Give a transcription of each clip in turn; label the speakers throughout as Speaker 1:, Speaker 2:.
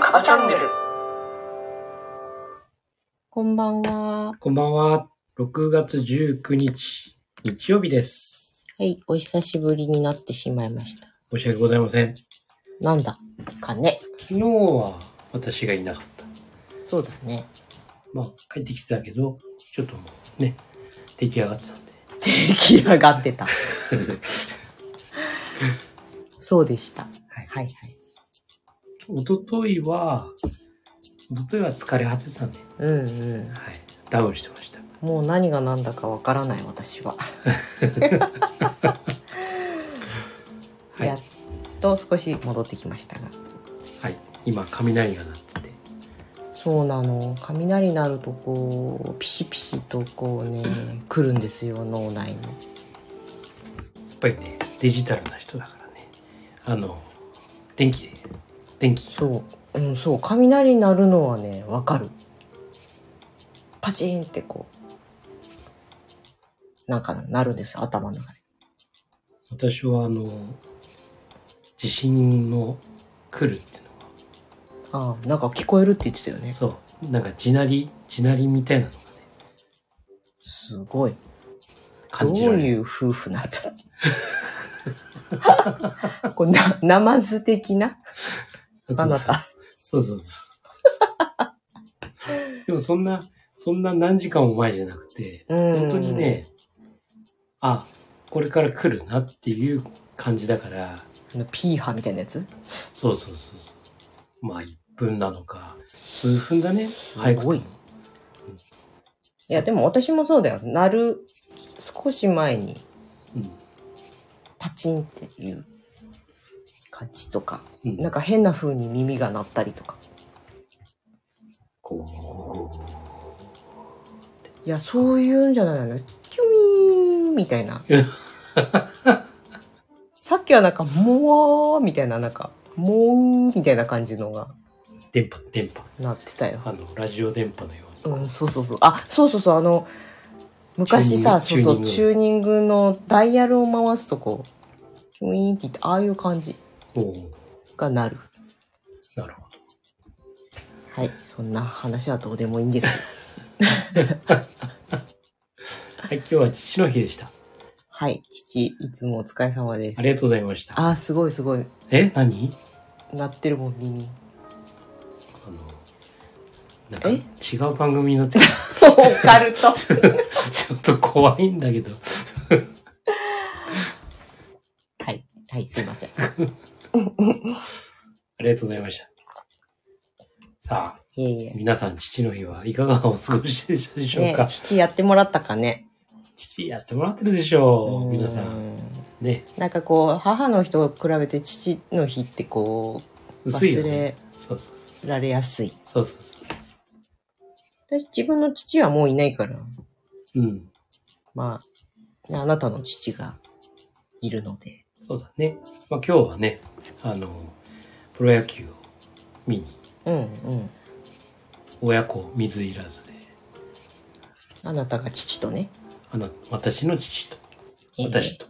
Speaker 1: カバチャンネル
Speaker 2: こんばんは。は
Speaker 3: こんばんは。6月19日、日曜日です。
Speaker 2: い、お久しぶりになってしまいました。
Speaker 3: 申し訳ございません。
Speaker 2: なんだかね。
Speaker 3: 昨日は私がいなかった。
Speaker 2: そうだね。
Speaker 3: まあ、帰ってきてたけど、ちょっともうね、出来上がってたんで。
Speaker 2: 出来上がって た。そうでした。
Speaker 3: はい
Speaker 2: はいはい。
Speaker 3: 一昨日は、一昨日は疲れ果ててたんで、
Speaker 2: うんう
Speaker 3: はい。ダウンしてました。
Speaker 2: ん。もう何が何だかわからない私は。
Speaker 3: はい
Speaker 2: やっと少し戻ってきましたが。
Speaker 3: はい。今、雷が鳴ってて。
Speaker 2: そうなの。雷鳴るとこう、ピシピシとこうね、来るんですよ、脳内に。
Speaker 3: やっぱりね、デジタルな人だからね。あの、電気で、電気が。
Speaker 2: そう、うん、そう、雷鳴るのはね、わかる。パチンってこう、なんか鳴るんですよ、頭の中で。
Speaker 3: 私はあの、地震の来るっていうのは、
Speaker 2: ああ、なんか聞こえるって言ってたよね。
Speaker 3: そう。なんか地鳴り、地鳴りみたいなのがね、
Speaker 2: すごい。
Speaker 3: 感
Speaker 2: どう
Speaker 3: じられ
Speaker 2: い
Speaker 3: る。
Speaker 2: う夫婦なんだ こうな、ナマズ的なあなた。
Speaker 3: そうそうそう。 でもそんな、そんな何時間も前じゃなくて、
Speaker 2: うん
Speaker 3: 本当にね、あ、これから来るなっていう感じだから、
Speaker 2: あのピーハみたいなやつ
Speaker 3: そうそうそうそう。まあ、1分なのか、数分だね。早くても
Speaker 2: すごいいや、でも私もそうだよ。鳴る少し前にパチンっていう感じとか、
Speaker 3: うん。うん。
Speaker 2: なんか変な風に耳が鳴ったりとか。
Speaker 3: こ
Speaker 2: いや、そういうんじゃないの。キュミーンみたいな
Speaker 3: うん。
Speaker 2: さっきはなんか、もわーみたいな、なんか、もうーみたいな感じのが
Speaker 3: う、電波、電波。
Speaker 2: なってたよ。
Speaker 3: あの、ラジオ電波のように。
Speaker 2: うん、そうそうそう。あ、そうそうそう、あの、昔さ、
Speaker 3: チ
Speaker 2: そ
Speaker 3: ュ
Speaker 2: う
Speaker 3: ーニング
Speaker 2: そう、チューニングのダイヤルを回すとこう、キュイーンって言って、ああいう感じ
Speaker 3: おー
Speaker 2: がなる。
Speaker 3: なるほど。
Speaker 2: はい、そんな話はどうでもいいんですよ。
Speaker 3: はい、今日は父の日でした。
Speaker 2: はい、父、いつもお疲れ様です
Speaker 3: あ。りがとうございました。
Speaker 2: あー、すごいすごい。
Speaker 3: え何
Speaker 2: 鳴ってるもん、耳。
Speaker 3: あのなんか
Speaker 2: え
Speaker 3: 違う番組になってる
Speaker 2: オカルト。
Speaker 3: ちょっと怖いんだけど
Speaker 2: はい。はい、すいません。
Speaker 3: ありがとうございましたさあ
Speaker 2: いえいえ。
Speaker 3: 皆さん父の日はいかがお過ごしでしたでしょう
Speaker 2: ね
Speaker 3: か、、
Speaker 2: 父やってもらったかね。
Speaker 3: 父やってもらってるでしょう皆さ
Speaker 2: うんん
Speaker 3: ね
Speaker 2: なんかこう、母の日と比べて父の日ってこう、
Speaker 3: 薄いよ
Speaker 2: 忘
Speaker 3: ね
Speaker 2: れ
Speaker 3: そうそうそう
Speaker 2: られやすい。
Speaker 3: そうそうそ
Speaker 2: 私、自分の父はもういないから、
Speaker 3: ううん
Speaker 2: まあ、ねあなたの父がいるので。
Speaker 3: そうだね、まあ、今日はねあのプロ野球を見に
Speaker 2: うんうん。
Speaker 3: 親子水いらずで
Speaker 2: あなたが父とね。
Speaker 3: あの私の父と
Speaker 2: ええ
Speaker 3: 私と、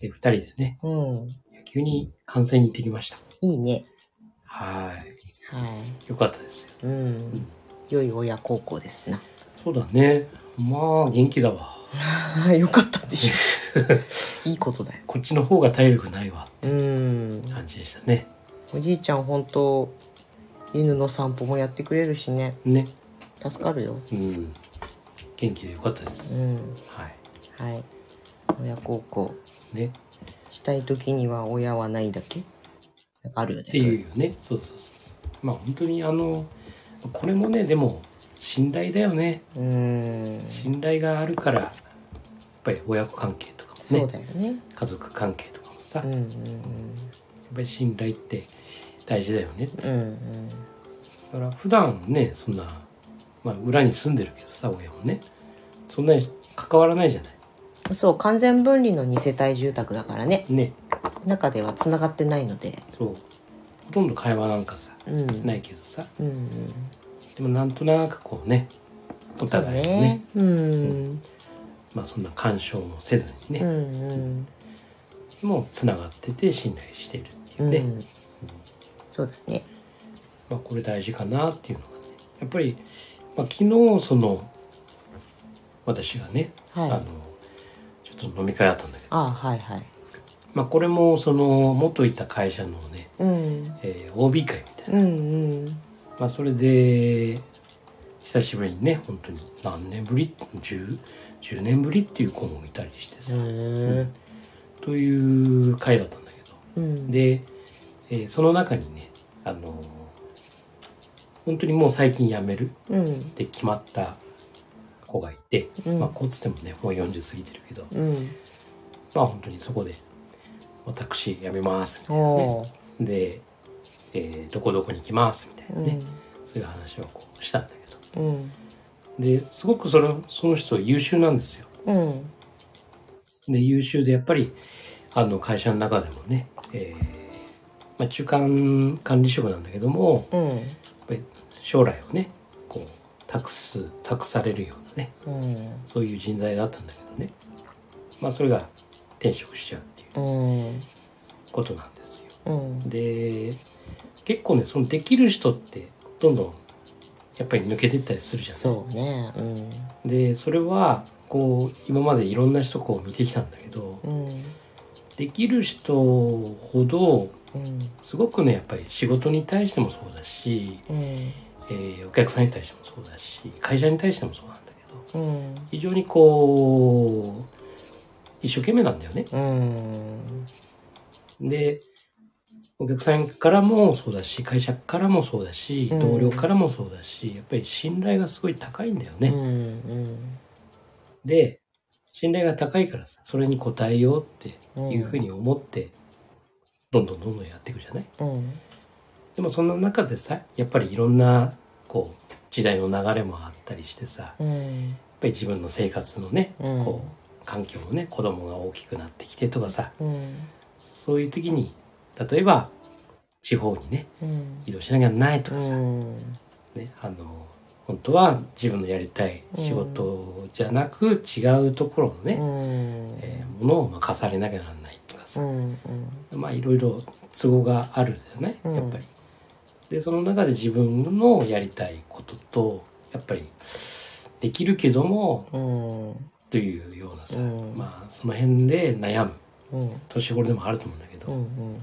Speaker 3: で二人でね
Speaker 2: うん。
Speaker 3: 野球に観戦に行ってきました
Speaker 2: いいね。
Speaker 3: はい
Speaker 2: は
Speaker 3: よかったですよ。
Speaker 2: い。うん。良い親孝行ですな。
Speaker 3: そうだね。まあ、元気だわ。
Speaker 2: よかったでし ょ。いいことだよ。
Speaker 3: こっちの方が体力ないわ
Speaker 2: う
Speaker 3: っ
Speaker 2: ん
Speaker 3: て。感じでしたね。
Speaker 2: おじいちゃん本当犬の散歩もやってくれるしね
Speaker 3: ね。
Speaker 2: 助かるよ
Speaker 3: うん。元気でよかったで
Speaker 2: う
Speaker 3: す。
Speaker 2: ん
Speaker 3: は
Speaker 2: はい親孝行
Speaker 3: い。ね。
Speaker 2: したい時には親はないだけなんかあるよね
Speaker 3: っていうよね。そうそうそう。まあ、本当にあの、これもね、でも、信頼だよね。
Speaker 2: そういううん
Speaker 3: 信頼があるから、やっぱり親子関係とか
Speaker 2: そ
Speaker 3: も
Speaker 2: う
Speaker 3: ね、
Speaker 2: だよね
Speaker 3: 家族関係とかもさ、
Speaker 2: う
Speaker 3: や
Speaker 2: ん
Speaker 3: っ
Speaker 2: うん
Speaker 3: ぱり信頼って大事だよね。
Speaker 2: うんうん
Speaker 3: だから普段ねそんな、まあ、裏に住んでるけどさ親もねそんなに関わらないじゃない
Speaker 2: うんそう完全分離の二世帯住宅だからね
Speaker 3: ね
Speaker 2: 中ではつながってないので
Speaker 3: そうほとんど会話なんかさ
Speaker 2: うん
Speaker 3: ないけどさ
Speaker 2: うんうん
Speaker 3: でもなんとなくこうねお
Speaker 2: そう
Speaker 3: 互いにね
Speaker 2: ね。うん。
Speaker 3: まあそんな干渉もせずに
Speaker 2: う
Speaker 3: ね、
Speaker 2: ん
Speaker 3: もうつながってて信頼してるっ
Speaker 2: う。
Speaker 3: ていうんね、
Speaker 2: うん。そうだね。
Speaker 3: まあ、これ大事かなっていうのがねやっぱり、まあ、昨日その私がね、
Speaker 2: はい
Speaker 3: あのちょっと飲み会あったんだけど、
Speaker 2: ああ、はいはい。
Speaker 3: まあ、これもその元いた会社のね、
Speaker 2: うん。
Speaker 3: えー OB 会みたいな、
Speaker 2: うんうん。
Speaker 3: まあ、それで久しぶりにね本当に何年ぶり 10, 10年ぶりっていう子もいたりしてさ、
Speaker 2: へ
Speaker 3: という会だったんだけど
Speaker 2: え。うん。
Speaker 3: で、えーその中にねあの本当にもう最近辞める
Speaker 2: うん。
Speaker 3: って決まった子がいて、
Speaker 2: うん
Speaker 3: まあこうつってもねもう40過ぎてるけど
Speaker 2: うん。
Speaker 3: まあ本当にそこで「私辞めます」みたいなね
Speaker 2: おー
Speaker 3: で、えーどこどこに来ます」みたいうなね、
Speaker 2: ん。
Speaker 3: そういう話をこうしたんだけど
Speaker 2: うん。
Speaker 3: ですごくそれその人優秀なんですよ。
Speaker 2: うん。
Speaker 3: で優秀でやっぱりあの会社の中でもね、えーまあ、中間管理職なんだけども
Speaker 2: うん。
Speaker 3: やっぱり将来をねこう託す託されるようなね
Speaker 2: うん。
Speaker 3: そういう人材だったんだけどねまあそれが転職しちゃうっていう
Speaker 2: うん。
Speaker 3: ことなんですよ
Speaker 2: うん。
Speaker 3: で結構ねそのできる人ってどんどんやっぱり抜けてったりするじゃない
Speaker 2: そうね。うん。
Speaker 3: でそれはこう今までいろんな人こう見てきたんだけど
Speaker 2: うん。
Speaker 3: できる人ほど
Speaker 2: うん。
Speaker 3: すごくねやっぱり仕事に対してもそうだし、
Speaker 2: うん。
Speaker 3: えーお客さんに対してもそうだし会社に対してもそうなんだけど
Speaker 2: うん。
Speaker 3: 非常にこう一生懸命なんだよね。
Speaker 2: うん。
Speaker 3: でお客さんからもそうだし会社からもそうだし
Speaker 2: うん
Speaker 3: 同僚からもそうだし、やっぱり信頼がすごい高いんだよね。
Speaker 2: うん。
Speaker 3: で信頼が高いからさそれに応えようっていうふうに思って、どんどんどんどんやっていくじゃない
Speaker 2: うん。
Speaker 3: でもそんな中でさやっぱりいろんなこう時代の流れもあったりしてさやっ
Speaker 2: うん。
Speaker 3: ぱり自分の生活のね、
Speaker 2: うん
Speaker 3: こう環境もね子供が大きくなってきてとかさ
Speaker 2: うん。
Speaker 3: そういう時に例えば地方にね
Speaker 2: うん。
Speaker 3: 移動しなきゃないと
Speaker 2: う
Speaker 3: かさ、
Speaker 2: ん。
Speaker 3: ね、あの本当は自分のやりたい仕事じゃなく違うところのね、
Speaker 2: うん。
Speaker 3: えーものを任されなきゃならないとか
Speaker 2: う
Speaker 3: さ、
Speaker 2: ん。
Speaker 3: まあいろいろ都合があるんだよね
Speaker 2: うん
Speaker 3: やっぱり。でその中で自分のやりたいこととやっぱりできるけども
Speaker 2: うん。
Speaker 3: というようなさ、
Speaker 2: うん
Speaker 3: まあその辺で悩む
Speaker 2: うん。
Speaker 3: 年頃でもあると思うんだけど、
Speaker 2: うん。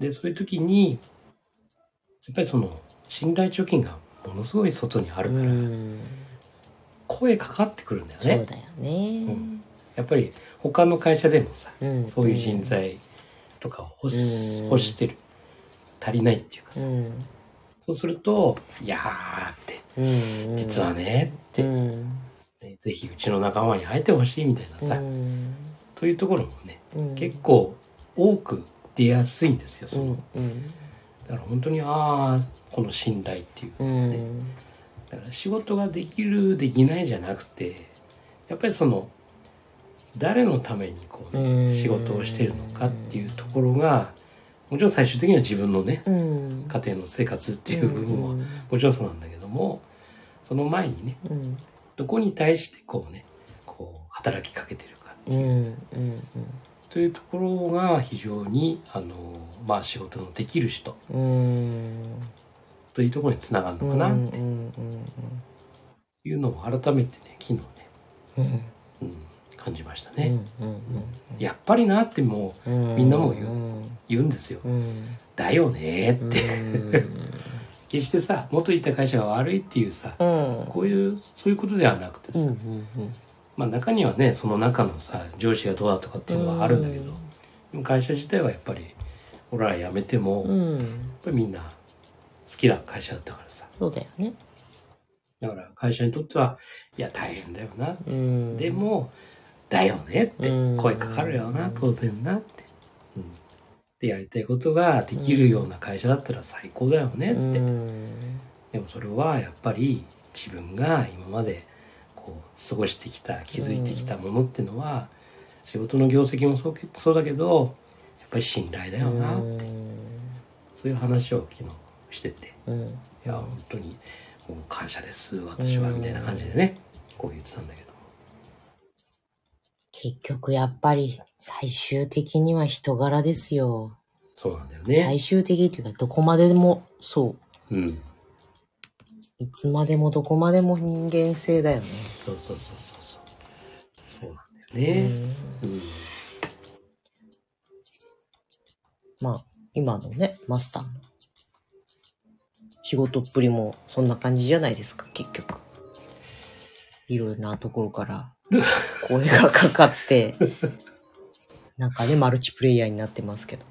Speaker 3: でそういう時にやっぱりその信頼貯金がものすごい外にある
Speaker 2: う
Speaker 3: から、
Speaker 2: ん。
Speaker 3: 声かかってくるんだよ
Speaker 2: そうだよ
Speaker 3: ね
Speaker 2: ね。
Speaker 3: やっぱり他の会社でもさ
Speaker 2: うん。
Speaker 3: そういう人。材とかを欲し,、
Speaker 2: うん
Speaker 3: 欲してる足りないっていうかさ、
Speaker 2: うん。
Speaker 3: そうすると「いやー」って
Speaker 2: うん。
Speaker 3: 「実は。ね」っ
Speaker 2: う
Speaker 3: て、
Speaker 2: ん。
Speaker 3: ねぜひうちの仲間に入ってほしい」みたいなさ、
Speaker 2: うん。
Speaker 3: というところもね
Speaker 2: うん。
Speaker 3: 結構多く出やすいんですよその、
Speaker 2: うん。うん。
Speaker 3: だから本当にああこの信頼っていう
Speaker 2: うん。
Speaker 3: だから仕事ができるできないじゃなくてやっぱりその誰のためにこう、ね
Speaker 2: うん
Speaker 3: 仕事をしているのかっていうところがもちろん最終的には自分のね
Speaker 2: うん。
Speaker 3: 家庭の生活っていう部分はもちろんそうなんだけどもその前にね
Speaker 2: うん。
Speaker 3: どこに対してこうねこう働きかけてるか
Speaker 2: うん。うん。
Speaker 3: というところが非常にあの、まあ、仕事のできる人
Speaker 2: うん。
Speaker 3: というところにつながるの
Speaker 2: う
Speaker 3: かなっ
Speaker 2: ん。
Speaker 3: て
Speaker 2: うん。
Speaker 3: いうのを改めてね昨日ね、
Speaker 2: うん。
Speaker 3: うん、感じました
Speaker 2: う
Speaker 3: ね。
Speaker 2: んうん
Speaker 3: やっぱりなってもう
Speaker 2: うん、
Speaker 3: みんなも言う
Speaker 2: うん
Speaker 3: 言うんですよ。
Speaker 2: うん
Speaker 3: だよねーって、決してさ元いた会社が悪いっていうさ
Speaker 2: うん
Speaker 3: こういうそういうことではなくてさ、
Speaker 2: うんうんうん
Speaker 3: まあ中にはねその中のさ上司がどうだとかっていうのはあるんだけど、でも会社自体はやっぱり俺ら辞めても、
Speaker 2: う
Speaker 3: やっ
Speaker 2: ん
Speaker 3: ぱりみんな好きな会社だったからさ
Speaker 2: そうだよね、
Speaker 3: だから会社にとってはいや大変だよな、
Speaker 2: うん、
Speaker 3: でもだよねって、
Speaker 2: うん
Speaker 3: 声かかるよな当然なって、うん、でやりたいことができるような会社だったら最高だよねって、
Speaker 2: うん
Speaker 3: でもそれはやっぱり自分が今までこう過ごしてきた気づいてきたものってのは、仕事の業績もそうけそうだけどやっぱり信頼だよな、
Speaker 2: うん
Speaker 3: そういう話を昨日してて
Speaker 2: うん
Speaker 3: いや本当にこう感謝です私は
Speaker 2: うん
Speaker 3: みたいな感じでねこう言ってたんだけど
Speaker 2: 結局やっぱり最終的には人柄ですよ。
Speaker 3: そうなんだよね、
Speaker 2: 最終的っていうかどこまででもそ
Speaker 3: うん
Speaker 2: う。いつまでもどこまでも人間性だよね。
Speaker 3: そうそうそうそうそうそうなんだよね、うん
Speaker 2: まあ今のね、マスターの仕事っぷりもそんな感じじゃないですか、結局。いろいろなところから声がかか って、なんかね、マルチプレイヤーになってますけど。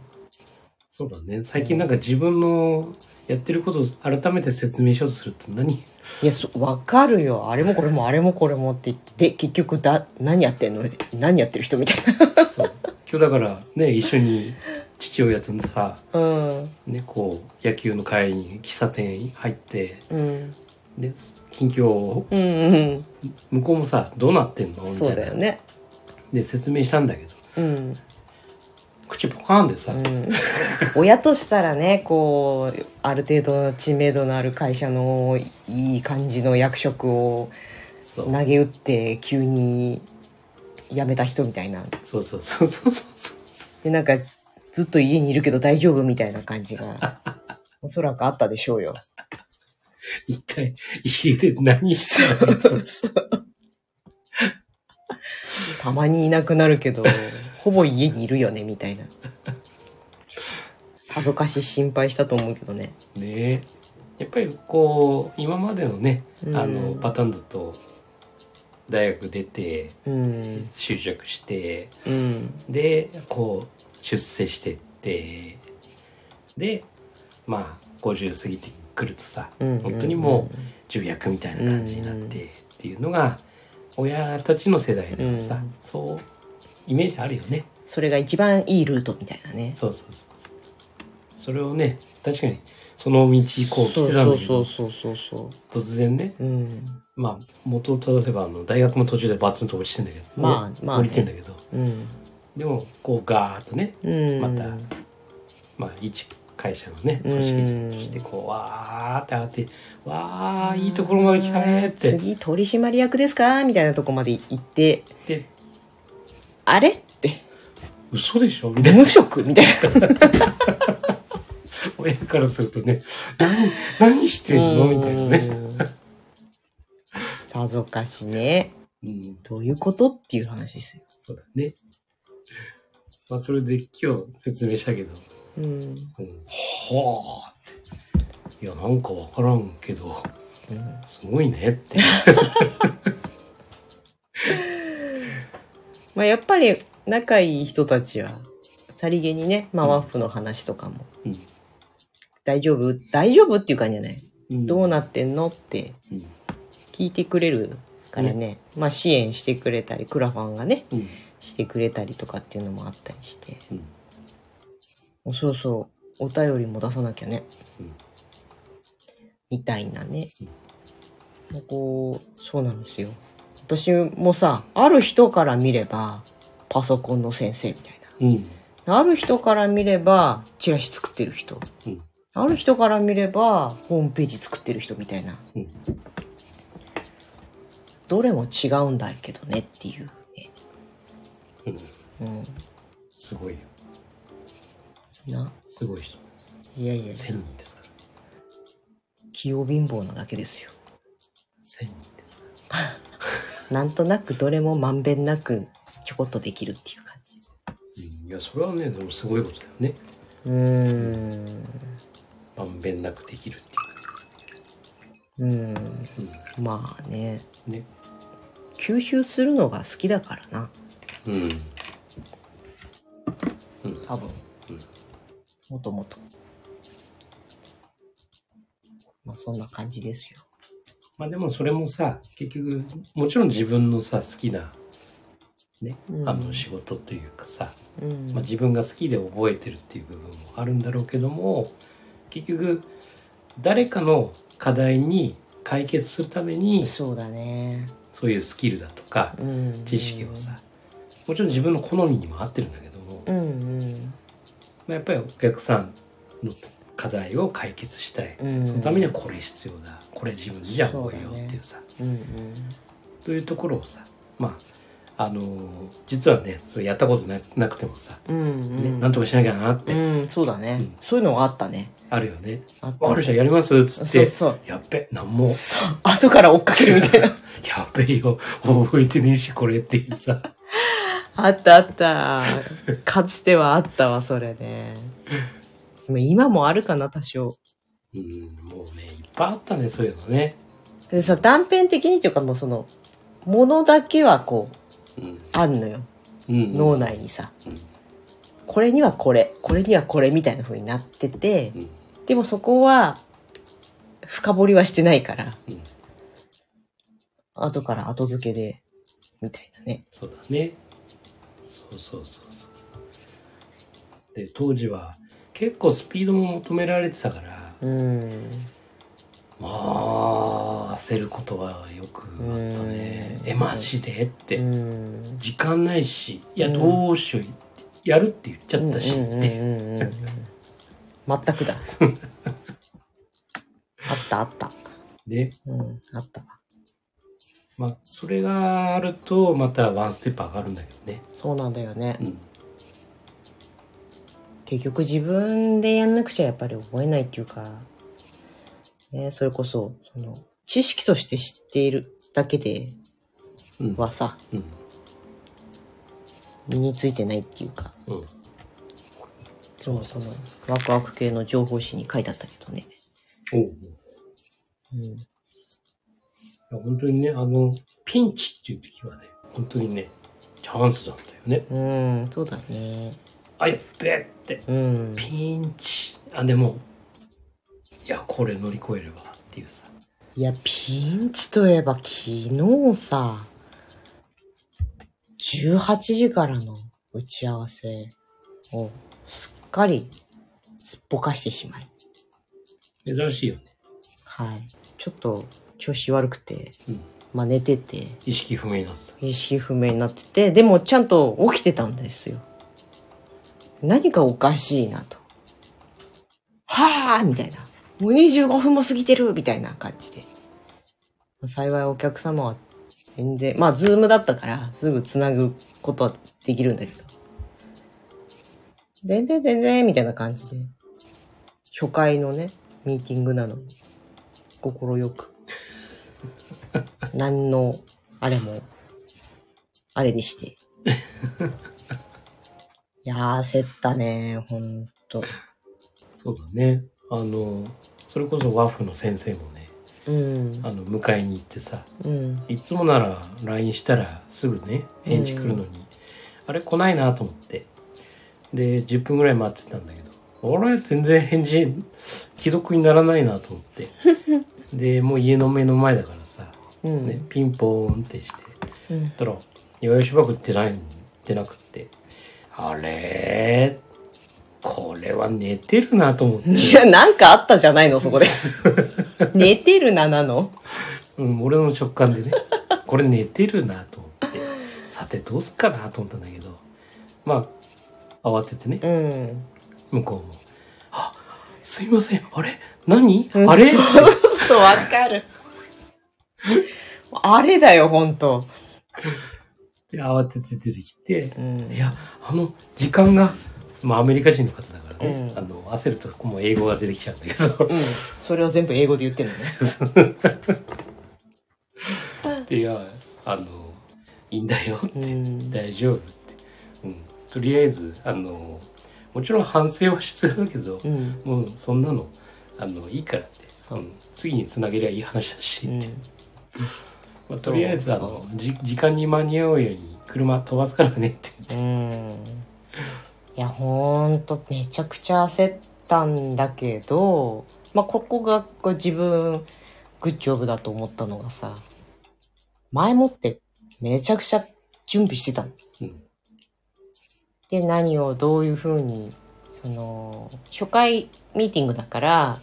Speaker 3: そうだね最近なんか自分のやってることを改めて説明しようとすると何
Speaker 2: いや、そわかるよ。あれもこれもあれもこれもって言って、で、結局だ、何やってんの何やってる人みたい
Speaker 3: そう今日だからね一緒に父親とさ、
Speaker 2: な。うん。
Speaker 3: ね、こう野球の帰りに喫茶店に入って
Speaker 2: うん。
Speaker 3: で近況を
Speaker 2: うんうん
Speaker 3: 向こうもさどうなってんの
Speaker 2: うん。
Speaker 3: み
Speaker 2: そ
Speaker 3: た
Speaker 2: う
Speaker 3: いな
Speaker 2: だよね。
Speaker 3: で説明したんだけど
Speaker 2: うん。
Speaker 3: 口ポカーンでさ、
Speaker 2: うん、親としたらねこうある程度の知名度のある会社のいい感じの役職を
Speaker 3: そう
Speaker 2: 投げ打って急に辞めた人みたいな
Speaker 3: そうそうそうそうそうそう
Speaker 2: でなんかずっと家にいるけど大丈夫みたいな感じ がおそらくあったでしょうよ。
Speaker 3: 一体家で何してたの
Speaker 2: たまにいなくなるけどほぼ家にいるよねみたい な。さぞかし心配したと思うけどね。
Speaker 3: ねやっぱりこう今までのね、
Speaker 2: うん
Speaker 3: あのパターンだと大学出て
Speaker 2: うん
Speaker 3: 就職して
Speaker 2: うん
Speaker 3: でこう出世してってでまあ50過ぎてくるとさ、
Speaker 2: うん
Speaker 3: 本当にもう重役みたいな感じになっ
Speaker 2: うん
Speaker 3: てっていうのが親たちの世代ではさ、
Speaker 2: うん
Speaker 3: そうイメージあるよね
Speaker 2: それが一番いいルートみたいなね。
Speaker 3: そうそうそうそうそれをね確かにその道こう来てたん
Speaker 2: そ
Speaker 3: だ
Speaker 2: う
Speaker 3: け
Speaker 2: そ
Speaker 3: ど
Speaker 2: うそうそうそ
Speaker 3: 突然ね
Speaker 2: う。うん。
Speaker 3: まあ元を正せばあの大学も途中でバツンと落ちてんだけど
Speaker 2: まあまあ
Speaker 3: 降
Speaker 2: ね
Speaker 3: りてんだけど
Speaker 2: うん。
Speaker 3: でもこうガーッとね
Speaker 2: うん。
Speaker 3: またまあ、一会社のね組織としてこうわーって上がって「わーいいところまで来たね」って
Speaker 2: 次取締役ですかみたいなとこまで行って、
Speaker 3: で
Speaker 2: あれ って、
Speaker 3: 「嘘でしょ?」みたいな
Speaker 2: 無職みたいな。
Speaker 3: 親からするとね「何何してんの?」みたいなね、
Speaker 2: うん。 さぞかしね、
Speaker 3: うん、
Speaker 2: どういうことっていう話ですよ。
Speaker 3: そうだね、まあ、それで今日説明したけど
Speaker 2: うん。
Speaker 3: 「うん、はあ」って「いやなんかわからんけどすごいね」って
Speaker 2: まあやっぱり仲いい人たちは、さりげにね、まあワッフの話とかも、
Speaker 3: うん
Speaker 2: 大丈夫大丈夫っていう感じじゃない。
Speaker 3: うん
Speaker 2: どうなってんのって
Speaker 3: うん
Speaker 2: 聞いてくれるからね、まあ支援してくれたり、クラファンがね、
Speaker 3: うん
Speaker 2: してくれたりとかっていうのもあったりして、
Speaker 3: うん
Speaker 2: おそうそう、お便りも出さなきゃね、
Speaker 3: うん
Speaker 2: みたいなね。こう、そうなんですよ。私もさ、ある人から見れば、パソコンの先生みたい
Speaker 3: うん
Speaker 2: な。ある人から見れば、チラシ作ってる人。
Speaker 3: うん
Speaker 2: ある人から見れば、ホームページ作ってる人みたいな。
Speaker 3: うん
Speaker 2: どれも違うんだけどねっていう、ね。
Speaker 3: うん
Speaker 2: うん。
Speaker 3: すごいよ
Speaker 2: な。
Speaker 3: すごい人
Speaker 2: いやいや、
Speaker 3: 1,000人ですから
Speaker 2: 器用貧乏なだけですよ。
Speaker 3: 1,000人です
Speaker 2: なんとなくどれもまんべんなくちょこっとできるっていう感じ。
Speaker 3: うんいやそれはねでもすごいことだよね
Speaker 2: うーん。
Speaker 3: まんべんなくできるって
Speaker 2: うー
Speaker 3: いうか、
Speaker 2: ん。まあね、
Speaker 3: うん、ね
Speaker 2: 吸収するのが好きだからな、
Speaker 3: うん
Speaker 2: 多分。
Speaker 3: うん
Speaker 2: もともと。まあそんな感じですよ。
Speaker 3: まあでもそれもさ結局もちろん自分のさ好きなね
Speaker 2: うん
Speaker 3: あの仕事というかさ、
Speaker 2: うん。
Speaker 3: まあ、自分が好きで覚えてるっていう部分もあるんだろうけども結局誰かの課題に解決するために
Speaker 2: そうだね。
Speaker 3: そういうスキルだとか
Speaker 2: うん。
Speaker 3: 知識をさもちろん自分の好みにも合ってるんだけども、
Speaker 2: うんうん。
Speaker 3: まあ、やっぱりお客さんの課題を解決したい、
Speaker 2: うん
Speaker 3: そのためにはこれ必要だここれ自分じゃ覚えようっていうさ
Speaker 2: うんうん
Speaker 3: というところをさまああのー実はねそれやったことななくてもさ、
Speaker 2: うん
Speaker 3: ね
Speaker 2: うん
Speaker 3: なんとかしなきゃなって、
Speaker 2: うんそうだね、
Speaker 3: うん
Speaker 2: そういうのがあったね
Speaker 3: あるよね
Speaker 2: あっ
Speaker 3: 「
Speaker 2: た
Speaker 3: あるじゃんやります」っつ
Speaker 2: そ
Speaker 3: っ
Speaker 2: う
Speaker 3: て
Speaker 2: そう
Speaker 3: やっべなんも
Speaker 2: そう後から追っかけるみたいな
Speaker 3: やっべえよ覚えてねえしこれっていうさ
Speaker 2: あったあったかつてはあったわそれねでも今もあるかな多少
Speaker 3: うんもうねいっぱいあったねそういうのね、
Speaker 2: でさ断片的にというかもうそのものだけはこう
Speaker 3: うん
Speaker 2: あんのよ
Speaker 3: うん、
Speaker 2: 脳内にさ
Speaker 3: うん
Speaker 2: これにはこれこれにはこれみたいな風になってて
Speaker 3: うん
Speaker 2: でもそこは深掘りはしてないから
Speaker 3: うん
Speaker 2: 後から後付けでみたいなね
Speaker 3: そうだね。そうそうそうそう。で、当時は結構スピードも求められてたから、
Speaker 2: うん
Speaker 3: まあ、焦ることはよくあったね
Speaker 2: う。ん
Speaker 3: え、マジでっ
Speaker 2: う
Speaker 3: て。
Speaker 2: ん
Speaker 3: 時間ないし、いや、
Speaker 2: うん
Speaker 3: どうしよう。やるって言っちゃったし
Speaker 2: うんうん
Speaker 3: って。
Speaker 2: うんうんうん全 くだあったあった
Speaker 3: ね。
Speaker 2: うんあったわ
Speaker 3: まあ、それがあると、またワンステップ上がるんだけどね。
Speaker 2: そうなんだよね
Speaker 3: うん。
Speaker 2: 結局自分でやんなくちゃやっぱり覚えないっていうか、ね、それこそその知識として知っているだけで
Speaker 3: うん。
Speaker 2: はさ
Speaker 3: うん。
Speaker 2: 身についてないっていうか
Speaker 3: うん。
Speaker 2: そうそのワクワク系の情報誌に書いてあったけどね、
Speaker 3: おう
Speaker 2: うん、
Speaker 3: いや本当にね、あの、ピンチっていう時はね、本当にね、チャンスなんだよね。
Speaker 2: うん、そうだね。
Speaker 3: あ、やっべえって。
Speaker 2: うん。
Speaker 3: ピンチ。あ、でも、いや、これ乗り越えればっていうさ。
Speaker 2: いや、ピンチといえば昨日さ、18時からの打ち合わせをすっかりすっぽかしてしまい。
Speaker 3: 珍しいよね。
Speaker 2: はい。ちょっと調子悪くて、
Speaker 3: うん。
Speaker 2: まあ寝てて、
Speaker 3: 意識不明になってた。
Speaker 2: 意識不明になってて、でもちゃんと起きてたんですよ。何かおかしいなと。はあみたいな。もう25分も過ぎてるみたいな感じで。幸いお客様は全然、まあズームだったからすぐつなぐことはできるんだけど。全然全然みたいな感じで。初回のね、ミーティングなのに、心よく。何の、あれもあれに して。いやー、焦ったね、ほんと。
Speaker 3: そうだね。あの、それこそワッフの先生もね、
Speaker 2: うん。
Speaker 3: あの、迎えに行ってさ、
Speaker 2: うん。
Speaker 3: いつもなら LINE したらすぐね返事来るのに、あれ来ないなと思ってで10分ぐらい待ってたんだけどあれ全然返事既読にならないなと思って でもう家の目の前だからさ、
Speaker 2: うん。
Speaker 3: ね、ピンポーンってして
Speaker 2: うん。
Speaker 3: たら「よよしばく出ない出なくってあれこれは寝てるなと思って、
Speaker 2: いや、なんかあったじゃないの、そこで。寝てるな、なの。
Speaker 3: うん、俺の直感でね これ寝てるなと思ってさてどうすっかなと思ったんだけどまあ慌ててね
Speaker 2: うん。
Speaker 3: 向こうも「あすいませんあれ何
Speaker 2: うん
Speaker 3: あれ?」
Speaker 2: そうそう、わかる。あれだよ、ほんと。
Speaker 3: で慌てて出てきて
Speaker 2: うん。
Speaker 3: 「いやあの時間が」まあアメリカ人の方だからね、
Speaker 2: うん
Speaker 3: あの焦るともう英語が出てきちゃうんだけ ど
Speaker 2: うん。それを全部英語で言ってるのね。
Speaker 3: でいやあのいいんだよって、
Speaker 2: うん。
Speaker 3: 大丈夫って、うん、とりあえずあのもちろん反省は必要だけど、
Speaker 2: うん。
Speaker 3: もうそんなのあのいいからって、
Speaker 2: そう
Speaker 3: うん次につなげりゃいい話だし、
Speaker 2: うん。
Speaker 3: まあ、とりあえずあ
Speaker 2: そう
Speaker 3: のじ時間に間に合うように車飛ばすからねって言って
Speaker 2: うんいやほんとめちゃくちゃ焦ったんだけど、まあ、ここがこう自分グッジョブだと思ったのがさ前もってめちゃくちゃ準備してたの。
Speaker 3: うん
Speaker 2: で何をどういうふうにその初回ミーティングだから、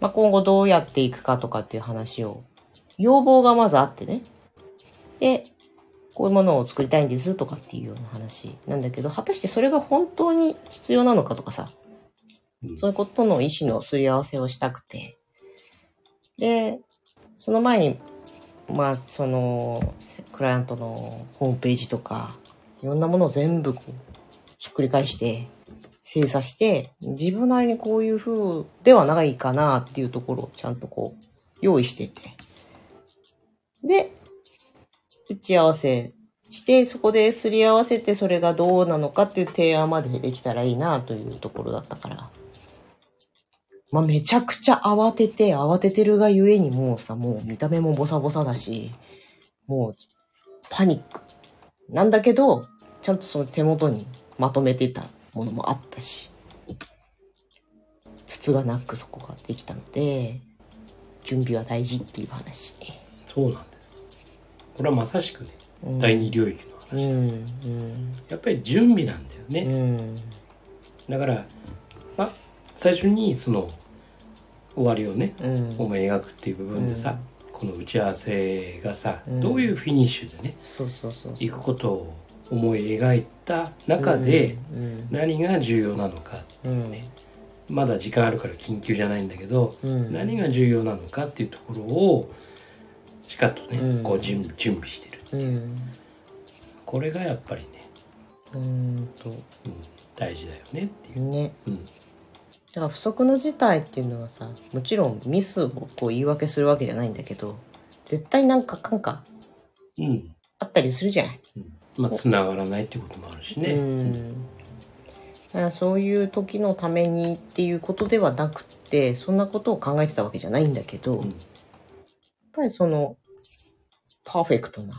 Speaker 2: まあ、今後どうやっていくかとかっていう話を要望がまずあってねでこういうものを作りたいんですとかっていうような話なんだけど果たしてそれが本当に必要なのかとかさ
Speaker 3: うん
Speaker 2: そういうことの意思のすり合わせをしたくてでその前に、まあ、その、クライアントのホームページとか、いろんなものを全部こう、ひっくり返して、精査して、自分なりにこういう風ではないかなっていうところをちゃんとこう、用意してて。で、打ち合わせして、そこですり合わせて、それがどうなのかっていう提案までできたらいいなというところだったから。まあ、めちゃくちゃ慌てて、慌ててるがゆえにもうさ、もう見た目もボサボサだし、もうち、パニック。なんだけど、ちゃんとその手元にまとめてたものもあったし、筒がなくそこができたので、準備は大事っていう話。
Speaker 3: そうなんですこれはまさしくね
Speaker 2: うん
Speaker 3: 第二領域の話、
Speaker 2: うん、うん、
Speaker 3: やっぱり準備なんだよね、
Speaker 2: うん、
Speaker 3: だから、まあ、最初にその終わりをね
Speaker 2: うん
Speaker 3: 思い描くっていう部分でさ、この打ち合わせがさ、
Speaker 2: うん
Speaker 3: どういうフィニッシュでね
Speaker 2: そうそうそう。
Speaker 3: 行くことを思い描いた中で
Speaker 2: うん、
Speaker 3: 何が重要なのか、
Speaker 2: うん、
Speaker 3: ねまだ時間あるから緊急じゃないんだけど、
Speaker 2: うん
Speaker 3: 何が重要なのかっていうところをしかっとね、
Speaker 2: うん
Speaker 3: こう準備準備してる
Speaker 2: うん、
Speaker 3: これがやっぱりね、
Speaker 2: うんと、
Speaker 3: うん、大事だよねっていう、
Speaker 2: ね。
Speaker 3: うん、
Speaker 2: だから不測の事態っていうのはさもちろんミスをこう言い訳するわけじゃないんだけど絶対なんかかんか
Speaker 3: うん
Speaker 2: あったりするじゃない。
Speaker 3: うんまあつながらないってこともあるしね、
Speaker 2: うんだからそういう時のためにっていうことではなくってそんなことを考えてたわけじゃないんだけど、
Speaker 3: うん
Speaker 2: やっぱりそのパーフェクトな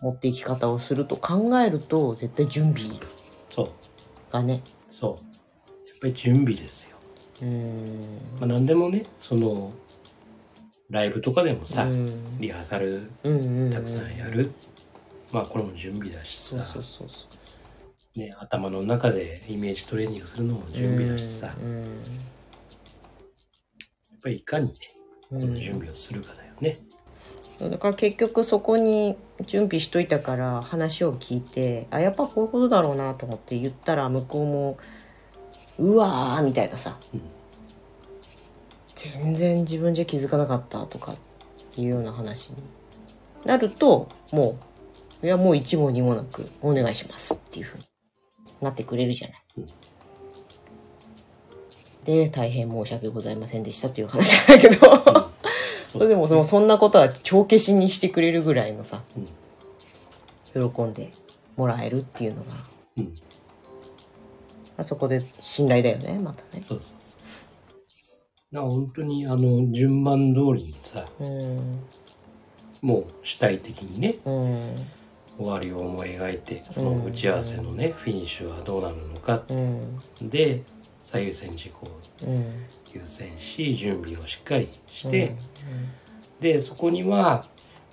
Speaker 2: 持っていき方をすると考えると絶対準備
Speaker 3: そう
Speaker 2: がね
Speaker 3: そうやっぱり準備ですよ、
Speaker 2: うん
Speaker 3: まあ、何でもねそのライブとかでもさ、
Speaker 2: うん
Speaker 3: リハーサル
Speaker 2: うんうんうん
Speaker 3: たくさんやる、まあこれも準備だし
Speaker 2: そう
Speaker 3: さ
Speaker 2: そうそうそう
Speaker 3: ね、頭の中でイメージトレーニングするのも準備だしさ、や
Speaker 2: うん
Speaker 3: っぱりいかにね
Speaker 2: う
Speaker 3: こ
Speaker 2: ん
Speaker 3: の準備をするかだよね、
Speaker 2: そうだから結局そこに準備しといたから話を聞いてあやっぱこういうことだろうなと思って言ったら向こうも「うわー」みたいなさ
Speaker 3: うん
Speaker 2: 「全然自分じゃ気づかなかった」とかいうような話になるともういやもう一も二もなく「お願いします」っていうふうになってくれるじゃない。
Speaker 3: うん
Speaker 2: で大変申し訳ございませんでしたっていう話なんだけどそう
Speaker 3: そだ
Speaker 2: れでもそのそんなことは帳消しにしてくれるぐらいのさ
Speaker 3: うん
Speaker 2: 喜んでもらえるっていうのが、
Speaker 3: うん、
Speaker 2: あそこで信頼だよね、またね。
Speaker 3: そうそうそうだから本当にあの順番通りにさ
Speaker 2: うん。
Speaker 3: もう主体的にね
Speaker 2: うん。
Speaker 3: 終わりを思い描いてその打ち合わせのね、フィニッシュはどうなるのか
Speaker 2: うん。
Speaker 3: で最優先事項を
Speaker 2: うん。
Speaker 3: 優先し準備をしっかりして、でそこには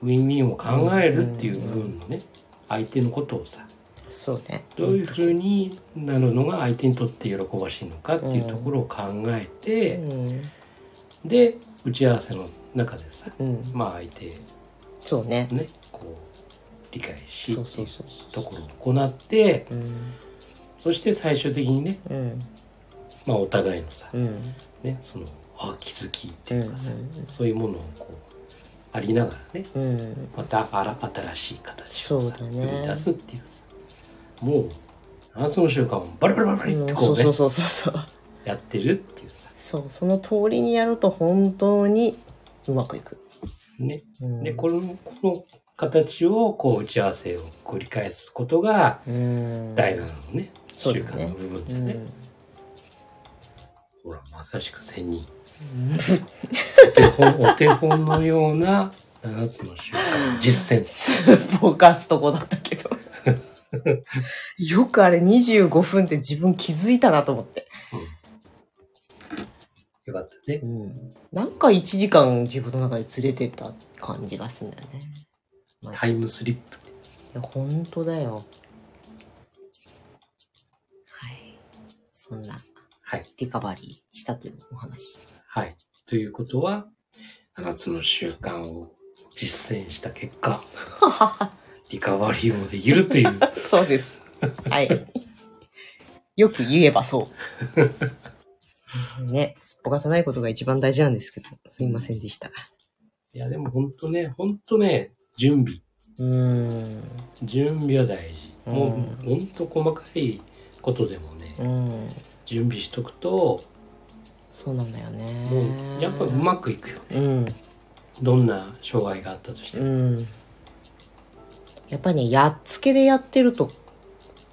Speaker 3: ウィンウィンを考えるっていう部分のね、相手のことをさ
Speaker 2: そうね。
Speaker 3: どういうふうになるのが相手にとって喜ばしいのかっていうところを考えて、
Speaker 2: うん。
Speaker 3: で打ち合わせの中でさ
Speaker 2: うん。
Speaker 3: まあ相手
Speaker 2: そうね。
Speaker 3: ねこう理解し
Speaker 2: そう
Speaker 3: って
Speaker 2: そ
Speaker 3: いうう
Speaker 2: そうそ
Speaker 3: ところを行って
Speaker 2: う。うん。
Speaker 3: そして最終的にね、
Speaker 2: うん。
Speaker 3: まあ、お互いのさ、
Speaker 2: うん。
Speaker 3: ねそのあ気づきって
Speaker 2: う
Speaker 3: い
Speaker 2: ん
Speaker 3: うかさ、そういうものをこうありながらね
Speaker 2: うん。
Speaker 3: またあら新しい形をさ、
Speaker 2: そうだね
Speaker 3: 生み出すっていうさもう7つの習慣をバリバリバリバリってこ
Speaker 2: そうう
Speaker 3: ね、
Speaker 2: そうそうそう。
Speaker 3: やってるっていうさ
Speaker 2: そう、その通りにやると本当にうまくいく。
Speaker 3: ね
Speaker 2: うん、
Speaker 3: でこれこの形をこう打ち合わせを繰り返すことが
Speaker 2: れ、うん。
Speaker 3: 第7のね、
Speaker 2: そうだ
Speaker 3: 習
Speaker 2: ね
Speaker 3: 慣の部分
Speaker 2: う
Speaker 3: だよね
Speaker 2: ん。
Speaker 3: ほらまさしく千人 お手本 お手本のような7つの習慣の実践
Speaker 2: スープをガすとこだったけど。 よくあれ25分で自分気づいたなと思って。
Speaker 3: よかったね
Speaker 2: うん。なんか1時間自分の中でずれてた感じがするんだよね。まあ
Speaker 3: タイムスリップ
Speaker 2: いや、ほんとだよ。はい。そんな
Speaker 3: はい
Speaker 2: リカバリーしたというお話。
Speaker 3: はいということは7つの習慣を実践した結 果リカバリーもできるという
Speaker 2: そうです。はい。よく言えばそう。ね、すっぽかさないことが一番大事なんですけど、すいませんでした。
Speaker 3: いや、でも本当ね、本当ね、準備。
Speaker 2: うーん。
Speaker 3: 準備は大事。もう、
Speaker 2: うん
Speaker 3: ほんと細かいことでもね、
Speaker 2: うん。
Speaker 3: 準備しとくと、
Speaker 2: そうなんだよね。
Speaker 3: もう、やっぱうまくいくよ。
Speaker 2: うん。
Speaker 3: どんな障害があったとして
Speaker 2: う
Speaker 3: も。
Speaker 2: ん。やっぱね、やっつけでやってると、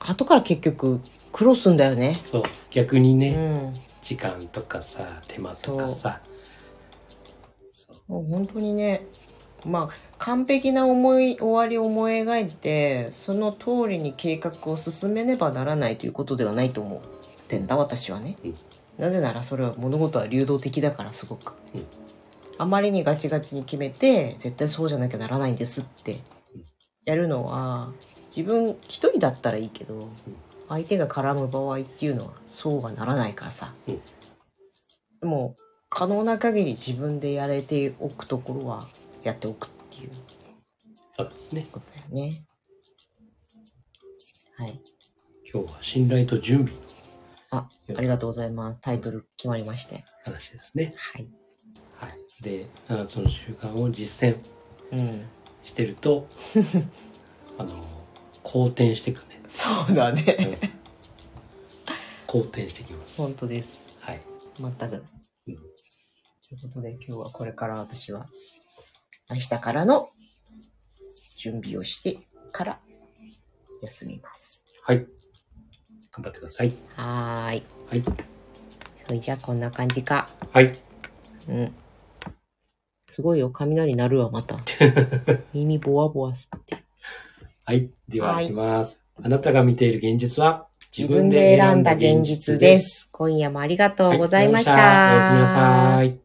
Speaker 2: 後から結局、苦労すんだよね。
Speaker 3: そう、逆に
Speaker 2: う
Speaker 3: ね、
Speaker 2: ん。
Speaker 3: 時間とかさ、手間とかさ、そう
Speaker 2: もう本当にね、まあ、完璧な思い、終わりを思い描いて、その通りに計画を進めねばならないということではないと思ってんだ、私はね。
Speaker 3: うん
Speaker 2: なぜならそれは物事は流動的だから、すごく。
Speaker 3: うん
Speaker 2: あまりにガチガチに決めて、絶対そうじゃなきゃならないんですって
Speaker 3: うん、
Speaker 2: やるのは、自分一人だったらいいけど、相手が絡む場合っていうのは、そうはならないからさ。
Speaker 3: うん
Speaker 2: でも、可能な限り自分でやれておくところはやっておくっていう
Speaker 3: そうですね。
Speaker 2: ことだよね。はい。
Speaker 3: 今日は信頼と準備の
Speaker 2: あ、ありがとうございます。タイトル決まりまして。
Speaker 3: 話ですね。
Speaker 2: はい。
Speaker 3: はい。で、7つの習慣を実践
Speaker 2: うん。
Speaker 3: して ると、あの、好転して いくね。
Speaker 2: そうだね。
Speaker 3: 好転してきます。
Speaker 2: 本当です。
Speaker 3: はい。
Speaker 2: 全く。と
Speaker 3: うん
Speaker 2: いうことで今日はこれから私は明日からの準備をしてから休みます。
Speaker 3: はい。頑張ってください。
Speaker 2: はーい。
Speaker 3: はい。
Speaker 2: それじゃあこんな感じか。
Speaker 3: はい。
Speaker 2: うん。すごいよ、雷鳴るわ、ま た。耳ボワボワすって。
Speaker 3: はい。では、
Speaker 2: はい
Speaker 3: いきます。あなたが見ている現実は
Speaker 2: 自分で選んだ現実で。す。今夜もありがとうございました。
Speaker 3: はいありがとうございましたおやすみなさい。